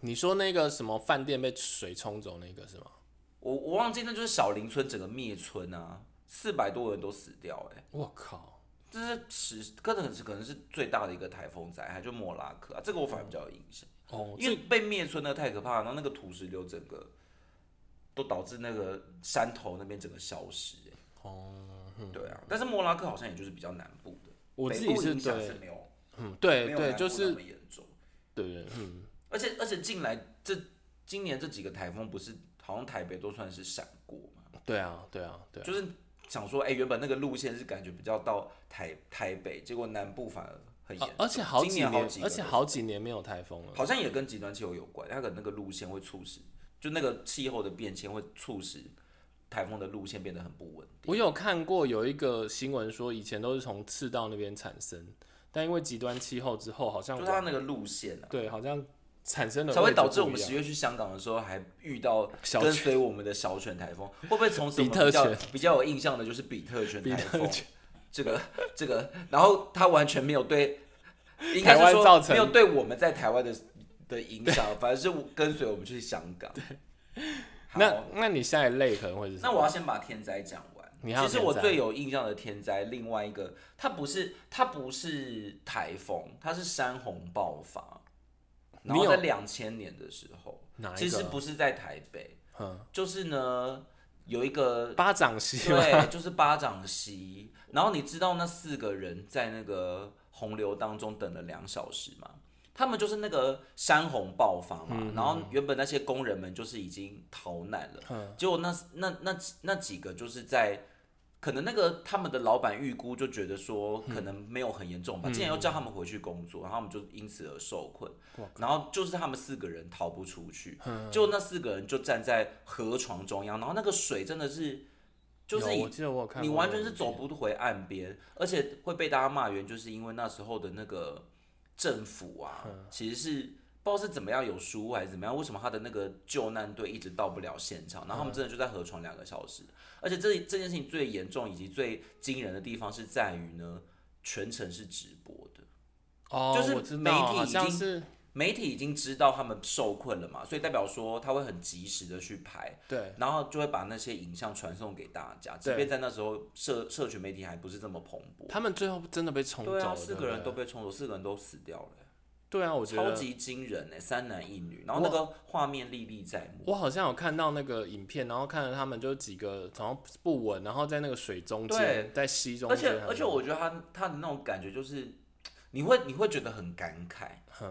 Speaker 2: 你说那个什么饭店被水冲走那个是吗？
Speaker 1: 我我忘记那就是小林村整个灭村啊，四百多人都死掉、欸，
Speaker 2: 我靠，
Speaker 1: 这是史，可能是可能是最大的一个台风灾害，就莫拉克啊，这个我反而比较有印象，
Speaker 2: 哦，
Speaker 1: 因为被灭村那个太可怕了，然后那个土石流整个都导致那个山头那边整个消失、欸
Speaker 2: 哦，
Speaker 1: 对啊，但是莫拉克好像也就是比较南部的，
Speaker 2: 我
Speaker 1: 北
Speaker 2: 自
Speaker 1: 部
Speaker 2: 己是
Speaker 1: 影响是
Speaker 2: 对，
Speaker 1: 没有，
Speaker 2: 嗯，
Speaker 1: 没
Speaker 2: 对
Speaker 1: 有南
Speaker 2: 对，
Speaker 1: 部
Speaker 2: 就
Speaker 1: 那
Speaker 2: 是
Speaker 1: 么严重，
Speaker 2: 对对，嗯，
Speaker 1: 而且而且近来这今年这几个台风不是好像台北都算是闪过嘛，
Speaker 2: 对啊，对啊，对啊
Speaker 1: 就是想说，哎、原本那个路线是感觉比较到台台北，结果南部反而很严
Speaker 2: 啊
Speaker 1: 重、
Speaker 2: 而且好
Speaker 1: 今
Speaker 2: 几
Speaker 1: 年好
Speaker 2: 年
Speaker 1: 几，个
Speaker 2: 而
Speaker 1: 都
Speaker 2: 且
Speaker 1: 是
Speaker 2: 好几年没有台风了。
Speaker 1: 好像也跟极端气候有关，它可能那个路线会促使，就那个气候的变迁会促使台风的路线变得很不稳定。
Speaker 2: 我有看过有一个新闻说，以前都是从赤道那边产生，但因为极端气候之后，好像
Speaker 1: 就它那个路线啊，
Speaker 2: 对，好像产生的
Speaker 1: 才会
Speaker 2: 位置
Speaker 1: 导致我
Speaker 2: 不
Speaker 1: 们
Speaker 2: 一样
Speaker 1: 十月去香港的时候还遇到
Speaker 2: 小
Speaker 1: 跟随我们的小犬台风，会不会从此我
Speaker 2: 比特
Speaker 1: 们比较
Speaker 2: 犬
Speaker 1: 比较有印象的就是比特犬
Speaker 2: 比
Speaker 1: 台
Speaker 2: 特
Speaker 1: 风？
Speaker 2: 犬
Speaker 1: 这个这个，然后他完全没有对，应
Speaker 2: 台
Speaker 1: 该
Speaker 2: 湾
Speaker 1: 是
Speaker 2: 造
Speaker 1: 说
Speaker 2: 成
Speaker 1: 没有对我们在台湾的的影响，反而是跟随我们去香港。
Speaker 2: 那
Speaker 1: 好，
Speaker 2: 那你下一类可能会是什
Speaker 1: 那
Speaker 2: 么？
Speaker 1: 我要先把天灾讲完。
Speaker 2: 你还有
Speaker 1: 其实我
Speaker 2: 天灾
Speaker 1: 最有印象的天灾，另外一个它不是它不是台风，它是山洪爆发，然
Speaker 2: 你
Speaker 1: 后
Speaker 2: 有
Speaker 1: 在两千年的时候
Speaker 2: 哪一，个
Speaker 1: 其实不是在台北，
Speaker 2: 嗯，
Speaker 1: 就是呢有一个
Speaker 2: 巴掌溪吗？
Speaker 1: 对，啊就是巴掌溪。然后你知道那四个人在那个洪流当中等了两小时吗？他们就是那个山洪爆发嘛，然后原本那些工人们就是已经逃难了，结果那那那那几个就是在。可能那个他们的老板预估就觉得说，可能没有很严重吧，竟然要叫他们回去工作，然后他们就因此而受困。然后就是他们四个人逃不出去，就那四个人就站在河床中央，然后那个水真的是，就是
Speaker 2: 有
Speaker 1: 已
Speaker 2: 我记得我有看过那个影片，
Speaker 1: 你完全是走不回岸边，而且会被大家骂原因，就是因为那时候的那个政府啊，其实是不知道是怎么样有疏忽还是怎么样，为什么他的那个救难队一直到不了现场，然后他
Speaker 2: 嗯
Speaker 1: 们真的就在河床两个小时，而且这这件事情最严重以及最惊人的地方是在于呢，全程是直播的。
Speaker 2: 哦，
Speaker 1: 就是
Speaker 2: 我知道
Speaker 1: 媒体
Speaker 2: 好
Speaker 1: 已
Speaker 2: 像
Speaker 1: 经
Speaker 2: 是
Speaker 1: 媒体已经知道他们受困了嘛，所以代表说他会很及时的去拍，
Speaker 2: 对，
Speaker 1: 然后就会把那些影像传送给大家。即
Speaker 2: 对
Speaker 1: 便在那时候社社群媒体还不是这么蓬勃，
Speaker 2: 他们最后真的被冲走
Speaker 1: 对
Speaker 2: 了，
Speaker 1: 啊，四
Speaker 2: 不
Speaker 1: 个人
Speaker 2: 对
Speaker 1: 都被冲走，四个人都死掉了，
Speaker 2: 对啊，我觉
Speaker 1: 超
Speaker 2: 得
Speaker 1: 级惊人哎、三男一女，然后那个画面历历在目。
Speaker 2: 我好像有看到那个影片，然后看了他们就几个好像不稳，然后在那个水中间
Speaker 1: 对，
Speaker 2: 在溪中
Speaker 1: 而
Speaker 2: 间
Speaker 1: 且
Speaker 2: 还是，
Speaker 1: 而且我觉得他他的那种感觉就是，你会你会觉得很感慨，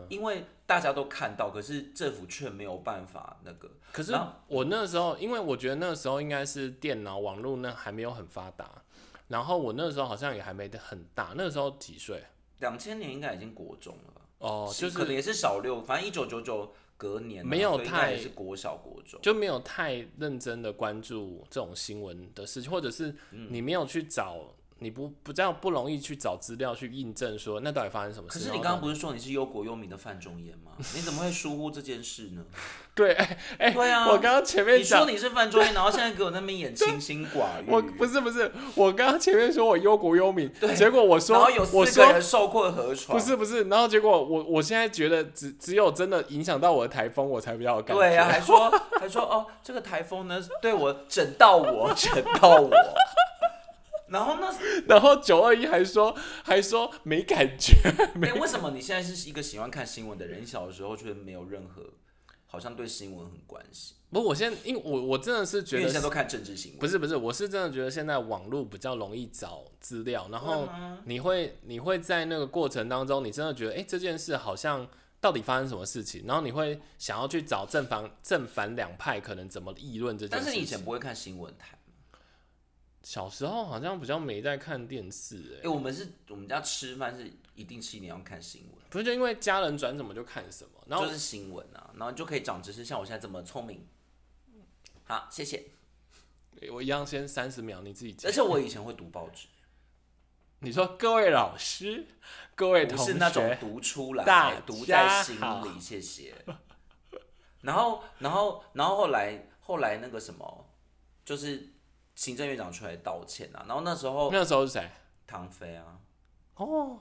Speaker 1: 因为大家都看到，可是政府却没有办法那个。
Speaker 2: 可是
Speaker 1: 然后
Speaker 2: 我那时候，因为我觉得那时候应该是电脑网络那还没有很发达，然后我那时候好像也还没得很大，那时候几岁？
Speaker 1: 两千年应该已经国中了吧？
Speaker 2: 哦，就
Speaker 1: 可能
Speaker 2: 是
Speaker 1: 也是小六，反正一九九九隔年啊、
Speaker 2: 没有
Speaker 1: 所以应该
Speaker 2: 太
Speaker 1: 也是国小国中。
Speaker 2: 就没有太认真的关注这种新闻的事情，或者是
Speaker 1: 嗯
Speaker 2: 你没有去找，你不不这样不容易去找资料去印证说那到底发生什么
Speaker 1: 可是
Speaker 2: 事。然
Speaker 1: 你
Speaker 2: 后
Speaker 1: 刚刚不是说你是忧国忧民的范仲淹吗？你怎么会疏忽这件事呢？
Speaker 2: 对，哎、哎
Speaker 1: 对啊
Speaker 2: 我刚刚前面
Speaker 1: 你
Speaker 2: 讲
Speaker 1: 说。你是范仲淹，然后现在给我在那边演清心寡欲，
Speaker 2: 我不是不是，我刚刚前面说我忧国忧民，结果我说
Speaker 1: 然后有
Speaker 2: 我
Speaker 1: 四个
Speaker 2: 说
Speaker 1: 人受困河床，
Speaker 2: 不是不是，然后结果我我现在觉得只只有真的影响到我的台风，我才比较有感觉。
Speaker 1: 对啊呀、还说 还说哦，这个台风呢，对我整到我，整到我。然后 那，
Speaker 2: 然后九二一还说还说没感觉，
Speaker 1: 哎、为什么你现在是一个喜欢看新闻的人？你小的时候却没有任何，好像对新闻很关心，
Speaker 2: 不，我现在因为我我真的是
Speaker 1: 因
Speaker 2: 觉
Speaker 1: 为你现在
Speaker 2: 得
Speaker 1: 都看政治新闻。
Speaker 2: 不是不是，我是真的觉得现在网络比较容易找资料，然后
Speaker 1: 嗯
Speaker 2: 你会你会在那个过程当中，你真的觉得哎、诶这件事好像到底发生什么事情，然后你会想要去找正反正反两派可能怎么议论这件
Speaker 1: 但
Speaker 2: 事情。
Speaker 1: 是你以前不会看新闻台，
Speaker 2: 小时候好像比较没在看电视、
Speaker 1: 哎、
Speaker 2: 哎，
Speaker 1: 我们是我们家吃饭是一定吃你要看新闻，
Speaker 2: 不是就因为家人转什么就看什么，然后
Speaker 1: 就是新闻啊，然后你就可以长知识，像我现在这么聪明。好，谢谢。
Speaker 2: 诶我一样先三十秒，你自己讲
Speaker 1: 而。且我以前会读报 纸，
Speaker 2: 你说各位老师，各位
Speaker 1: 不
Speaker 2: 同
Speaker 1: 是那种
Speaker 2: 学，
Speaker 1: 读出
Speaker 2: 大家
Speaker 1: 来，读在心
Speaker 2: 好
Speaker 1: 里，谢谢。然后，然后，然后后来，后来那个什么，就是行政院长出来道歉啊。然后那时候
Speaker 2: 那时候是谁？
Speaker 1: 唐飞啊，
Speaker 2: 哦，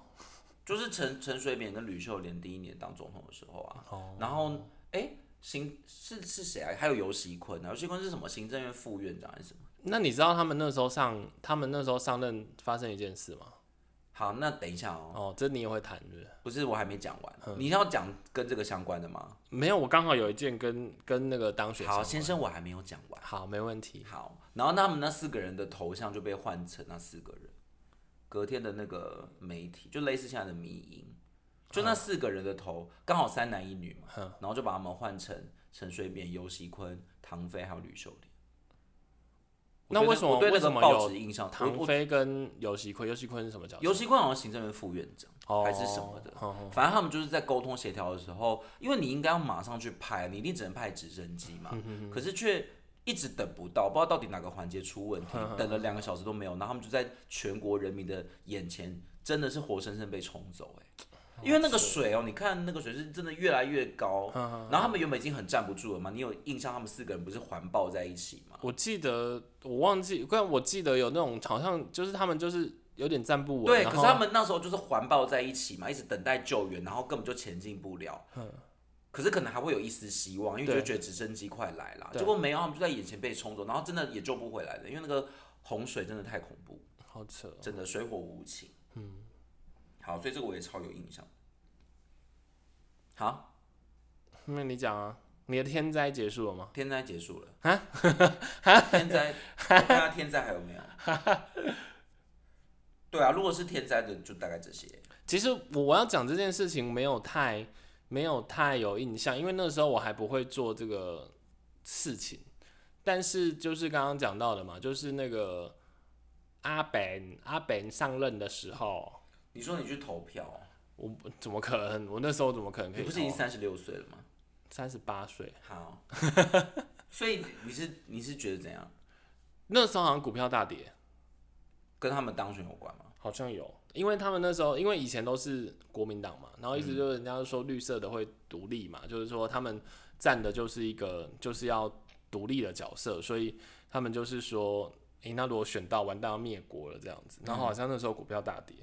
Speaker 1: 就是陈陈水扁跟吕秀莲第一年当总统的时候啊，
Speaker 2: 哦
Speaker 1: 然后哎，行是是谁啊？还有尤熙坤啊，尤熙坤是什么？行政院副院长还是什么？
Speaker 2: 那你知道他们那时候上，他们那时候上任发生一件事吗？
Speaker 1: 好，那等一下哦，
Speaker 2: 哦，嗯这你也会谈是不是？
Speaker 1: 不是我还没讲完，你要讲跟这个相关的吗？
Speaker 2: 没有，我刚好有一件跟跟那个当选
Speaker 1: 好，先
Speaker 2: 相关
Speaker 1: 生，我还没有讲完。
Speaker 2: 好，没问题。
Speaker 1: 好，然后他们那四个人的头像就被换成那四个人。隔天的那个媒体就类似现在的迷音，就
Speaker 2: 嗯
Speaker 1: 那四个人的头刚好三男一女嘛，然后就把他们换成陈水扁、尤熙坤、唐飞还有吕秀莲。我
Speaker 2: 那
Speaker 1: 对
Speaker 2: 为什么
Speaker 1: 我对
Speaker 2: 为
Speaker 1: 那
Speaker 2: 什
Speaker 1: 个
Speaker 2: 么
Speaker 1: 报
Speaker 2: 有
Speaker 1: 纸印象？我
Speaker 2: 唐
Speaker 1: 我
Speaker 2: 飞跟尤熙坤？尤熙坤是什么角色？
Speaker 1: 尤熙坤好像行政院副院长、
Speaker 2: 哦
Speaker 1: 还是什么的，
Speaker 2: 哦
Speaker 1: 反正他们就是在沟通协调的时候，因为你应该要马上去拍，你一定只能派直升机嘛，可是却一直等不到，不知道到底哪个环节出问题，等了两个小时都没有，然后他们就在全国人民的眼前，真的是活生生被冲走、欸，因为那个水哦、你看那个水是真的越来越高，然后他们原本已经很站不住了嘛，你有印象他们四个人不是环抱在一起吗？
Speaker 2: 我记得我忘记，但我记得有那种好像就是他们就是有点站不稳。
Speaker 1: 对，可
Speaker 2: 然
Speaker 1: 是
Speaker 2: 后
Speaker 1: 他们那时候就是环抱在一起嘛，一直等待救援，然后根本就前进不了。可是可能还会有一丝希望，因为
Speaker 2: 嗯对
Speaker 1: 就觉得直升机快来了，
Speaker 2: 对
Speaker 1: 结果没有，他们就在眼前被冲走，然后真的也救不回来了，因为那个洪水真的太恐怖，
Speaker 2: 好扯哦，
Speaker 1: 真的水火无情。嗯，好，所以这个我也超有印象。好，
Speaker 2: 那你讲啊，你的天灾结束了吗？
Speaker 1: 天灾结束了天灾，我看下天灾还有没有？对啊，如果是天灾的，就大概这些。
Speaker 2: 其实我我要讲这件事情没有太没有太有印象，因为那时候我还不会做这个事情。但是就是刚刚讲到的嘛，就是那个阿本阿本上任的时候，
Speaker 1: 你说你去投票，
Speaker 2: 我不怎么可能？我那时候怎么可能可
Speaker 1: 你
Speaker 2: 以
Speaker 1: 不是已经
Speaker 2: 投？
Speaker 1: 三十六岁了吗？
Speaker 2: 三十八岁，
Speaker 1: 好，所以你是你是觉得怎样？
Speaker 2: 那时候好像股票大跌，
Speaker 1: 跟他们当选有关吗？
Speaker 2: 好像有，因为他们那时候因为以前都是国民党嘛，然后一直就是人家就说绿色的会独立嘛，就是说他们站的就是一个就是要独立的角色，所以他们就是说，诶、那如果选到完蛋要灭国了这样子，然后好像那时候股票大跌，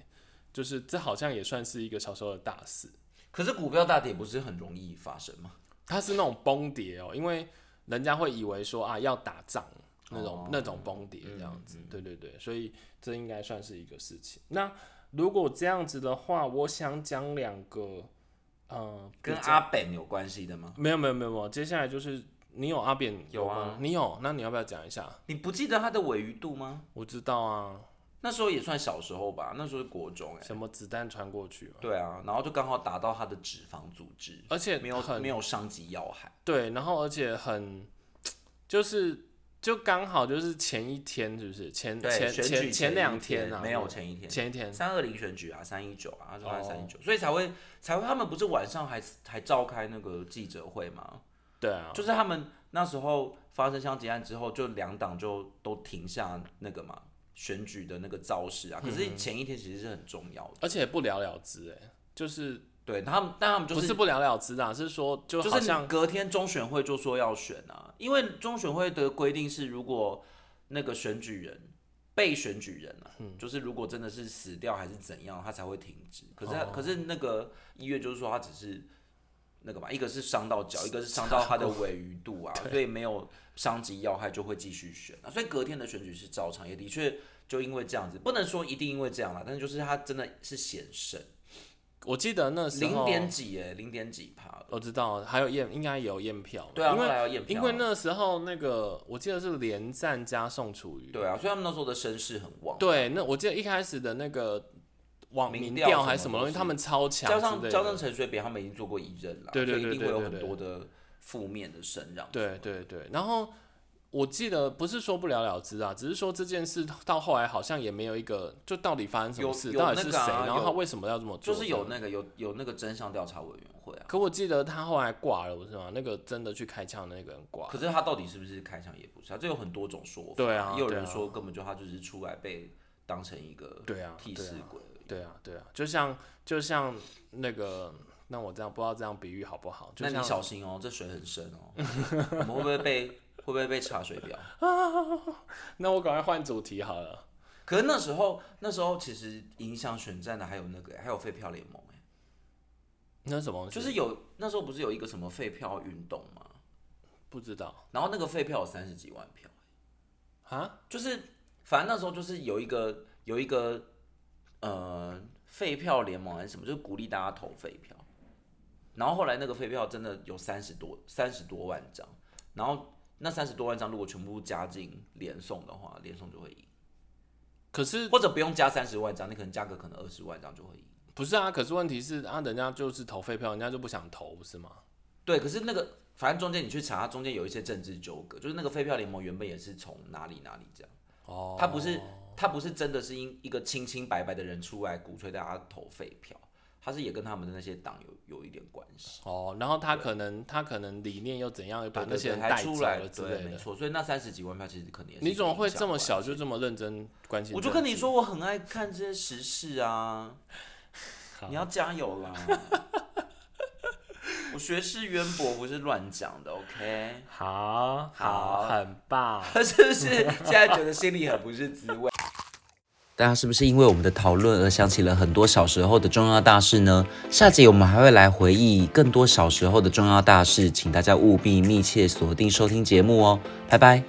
Speaker 2: 就是这好像也算是一个小时候的大事，
Speaker 1: 可是股票大跌不是很容易发生吗？
Speaker 2: 它是那种崩跌哦，因为人家会以为说啊要打仗那种、
Speaker 1: 哦嗯
Speaker 2: 那种崩跌这样子，对对对，所以这应该算是一个事情。那如果这样子的话，我想讲两个，呃，
Speaker 1: 跟
Speaker 2: 比较
Speaker 1: 阿本有关系的吗？
Speaker 2: 没有没有没有没有，接下来就是你有阿扁
Speaker 1: 有啊
Speaker 2: 吗？你有，那你要不要讲一下？
Speaker 1: 你不记得它的尾鱼度吗？
Speaker 2: 我知道啊，
Speaker 1: 那时候也算小时候吧，那时候是国中哎、
Speaker 2: 什么子弹穿过去嘛，
Speaker 1: 对啊，然后就刚好打到它的脂肪组织，
Speaker 2: 而且
Speaker 1: 没有
Speaker 2: 很
Speaker 1: 没有伤及要害。
Speaker 2: 对，然后而且很就是。就刚好就是前一天，是不是前
Speaker 1: 对，
Speaker 2: 前
Speaker 1: 选举
Speaker 2: 前前
Speaker 1: 一
Speaker 2: 两天啊？
Speaker 1: 没有前一天。
Speaker 2: 前一天，
Speaker 1: 三二零选举啊，三一九啊，他说他
Speaker 2: 哦
Speaker 1: 三一九，所以才会才会他们不是晚上还还召开那个记者会吗？
Speaker 2: 对啊，
Speaker 1: 就是他们那时候发生枪击案之后，就两党就都停下那个嘛选举的那个造势啊。可
Speaker 2: 嗯
Speaker 1: 是前一天其实是很重要的，
Speaker 2: 而且不了了之，哎，就是
Speaker 1: 对他们，但他们就
Speaker 2: 不是不了了之啦，是说就
Speaker 1: 就
Speaker 2: 好
Speaker 1: 是
Speaker 2: 像
Speaker 1: 你隔天中选会就说要选啊，因为中选会的规定是，如果那个选举人被选举人啊，
Speaker 2: 嗯
Speaker 1: 就是如果真的是死掉还是怎样，他才会停止。可
Speaker 2: 哦
Speaker 1: 是他、可是那个医院就是说他只是那个嘛，一个是伤到脚，一个是伤到他的尾鱼肚 啊，所以没有伤及要害就会继续选啊。所以隔天的选举是照常，也的确就因为这样子，不能说一定因为这样啦，但是就是他真的是险胜，
Speaker 2: 我记得那时
Speaker 1: 零
Speaker 2: 候
Speaker 1: 点几哎，零点几趴了。
Speaker 2: 我知道还有验，应该也有验票嘛，
Speaker 1: 对啊，
Speaker 2: 因
Speaker 1: 后
Speaker 2: 为
Speaker 1: 来要验票
Speaker 2: 因
Speaker 1: 啊。
Speaker 2: 为那时候那个我记得是连战加宋楚瑜，
Speaker 1: 对啊，所以他们那时候的声势很旺，
Speaker 2: 对，那我记得一开始的那个网
Speaker 1: 民
Speaker 2: 民
Speaker 1: 调
Speaker 2: 调
Speaker 1: 什
Speaker 2: 还
Speaker 1: 么
Speaker 2: 是什么
Speaker 1: 都
Speaker 2: 东西，
Speaker 1: 是
Speaker 2: 他们超强
Speaker 1: 加
Speaker 2: 之
Speaker 1: 上
Speaker 2: 类
Speaker 1: 加
Speaker 2: 的
Speaker 1: 上陈水扁他们已经做过一任了，
Speaker 2: 对对
Speaker 1: 所以一定
Speaker 2: 对
Speaker 1: 会有
Speaker 2: 对
Speaker 1: 很
Speaker 2: 对
Speaker 1: 多的负面的声让。
Speaker 2: 对对对，然后我记得不是说不了了之啊，只是说这件事到后来好像也没有一个，就到底发生什么
Speaker 1: 有
Speaker 2: 事，
Speaker 1: 有
Speaker 2: 到底
Speaker 1: 那
Speaker 2: 是谁，
Speaker 1: 个啊
Speaker 2: 然后他
Speaker 1: 有
Speaker 2: 为什么要这么
Speaker 1: 就
Speaker 2: 做，
Speaker 1: 是
Speaker 2: 这样
Speaker 1: 有那个有有那个真相调查委员会啊，
Speaker 2: 可我记得他后来挂了，不是吗？那个真的去开枪的那个人挂
Speaker 1: 可。是他到底是不是开枪也不是啊，这有很多种说法。
Speaker 2: 对啊
Speaker 1: 也有
Speaker 2: 对
Speaker 1: 人
Speaker 2: 啊
Speaker 1: 说根本就他就是出来被当成一个
Speaker 2: 对啊，
Speaker 1: 替
Speaker 2: 对
Speaker 1: 死
Speaker 2: 啊，
Speaker 1: 鬼而已。
Speaker 2: 对啊，对啊，就像就像那个，那我这样不知道这样比喻好不好？就
Speaker 1: 那你
Speaker 2: 像
Speaker 1: 小心哦，这水很深哦， 我们会不会被会不会被查水表？
Speaker 2: 那我赶快换主题好了。
Speaker 1: 可是那时候那时候其实影响选战的还有那个还有废票联盟哎。
Speaker 2: 那什么东西？
Speaker 1: 就是有那时候不是有一个什么废票运动吗？
Speaker 2: 不知道
Speaker 1: 然后那个废票有三十几万票，
Speaker 2: 啊？
Speaker 1: 就是反正那时候就是有一个有一个呃废票联盟还是什么，就是鼓励大家投废票。然后后来那个废票真的有三十多三十多万张，然后那三十多万张如果全部加进连送的话，连送就会赢，
Speaker 2: 可是
Speaker 1: 或者不用加三十万张，你可能加个可能二十万张就会赢。
Speaker 2: 不是啊？可是问题是啊，人家就是投废票，人家就不想投，不是吗？
Speaker 1: 对，可是那个反正中间你去查，它中间有一些政治纠葛，就是那个废票联盟原本也是从哪里哪里这样。
Speaker 2: 哦，
Speaker 1: 他不是他不是真的是因一个清清白白的人出来鼓吹大家投废票，他是也跟他们的那些党有有一点关系。
Speaker 2: 哦，然后他可能他可能理念又怎样，把
Speaker 1: 对
Speaker 2: 那
Speaker 1: 对
Speaker 2: 些
Speaker 1: 对，
Speaker 2: 人带
Speaker 1: 还
Speaker 2: 走
Speaker 1: 出来
Speaker 2: 了之
Speaker 1: 对，
Speaker 2: 类
Speaker 1: 没
Speaker 2: 的。
Speaker 1: 错。所以那三十几万票其实可能也是
Speaker 2: 你怎么
Speaker 1: 影
Speaker 2: 会
Speaker 1: 响
Speaker 2: 这么
Speaker 1: 吧
Speaker 2: 小就这么认真关心？
Speaker 1: 我就跟你，说，我很爱看这些时事啊，
Speaker 2: 好
Speaker 1: 你要加油啦！我学识渊博，不是乱讲的，OK？
Speaker 2: 好
Speaker 1: 好
Speaker 2: 很棒。
Speaker 1: 是不是现在觉得心里很不是滋味？大家是不是因为我们的讨论而想起了很多小时候的重要大事呢？下集我们还会来回忆更多小时候的重要大事，请大家务必密切锁定收听节目哦，拜拜。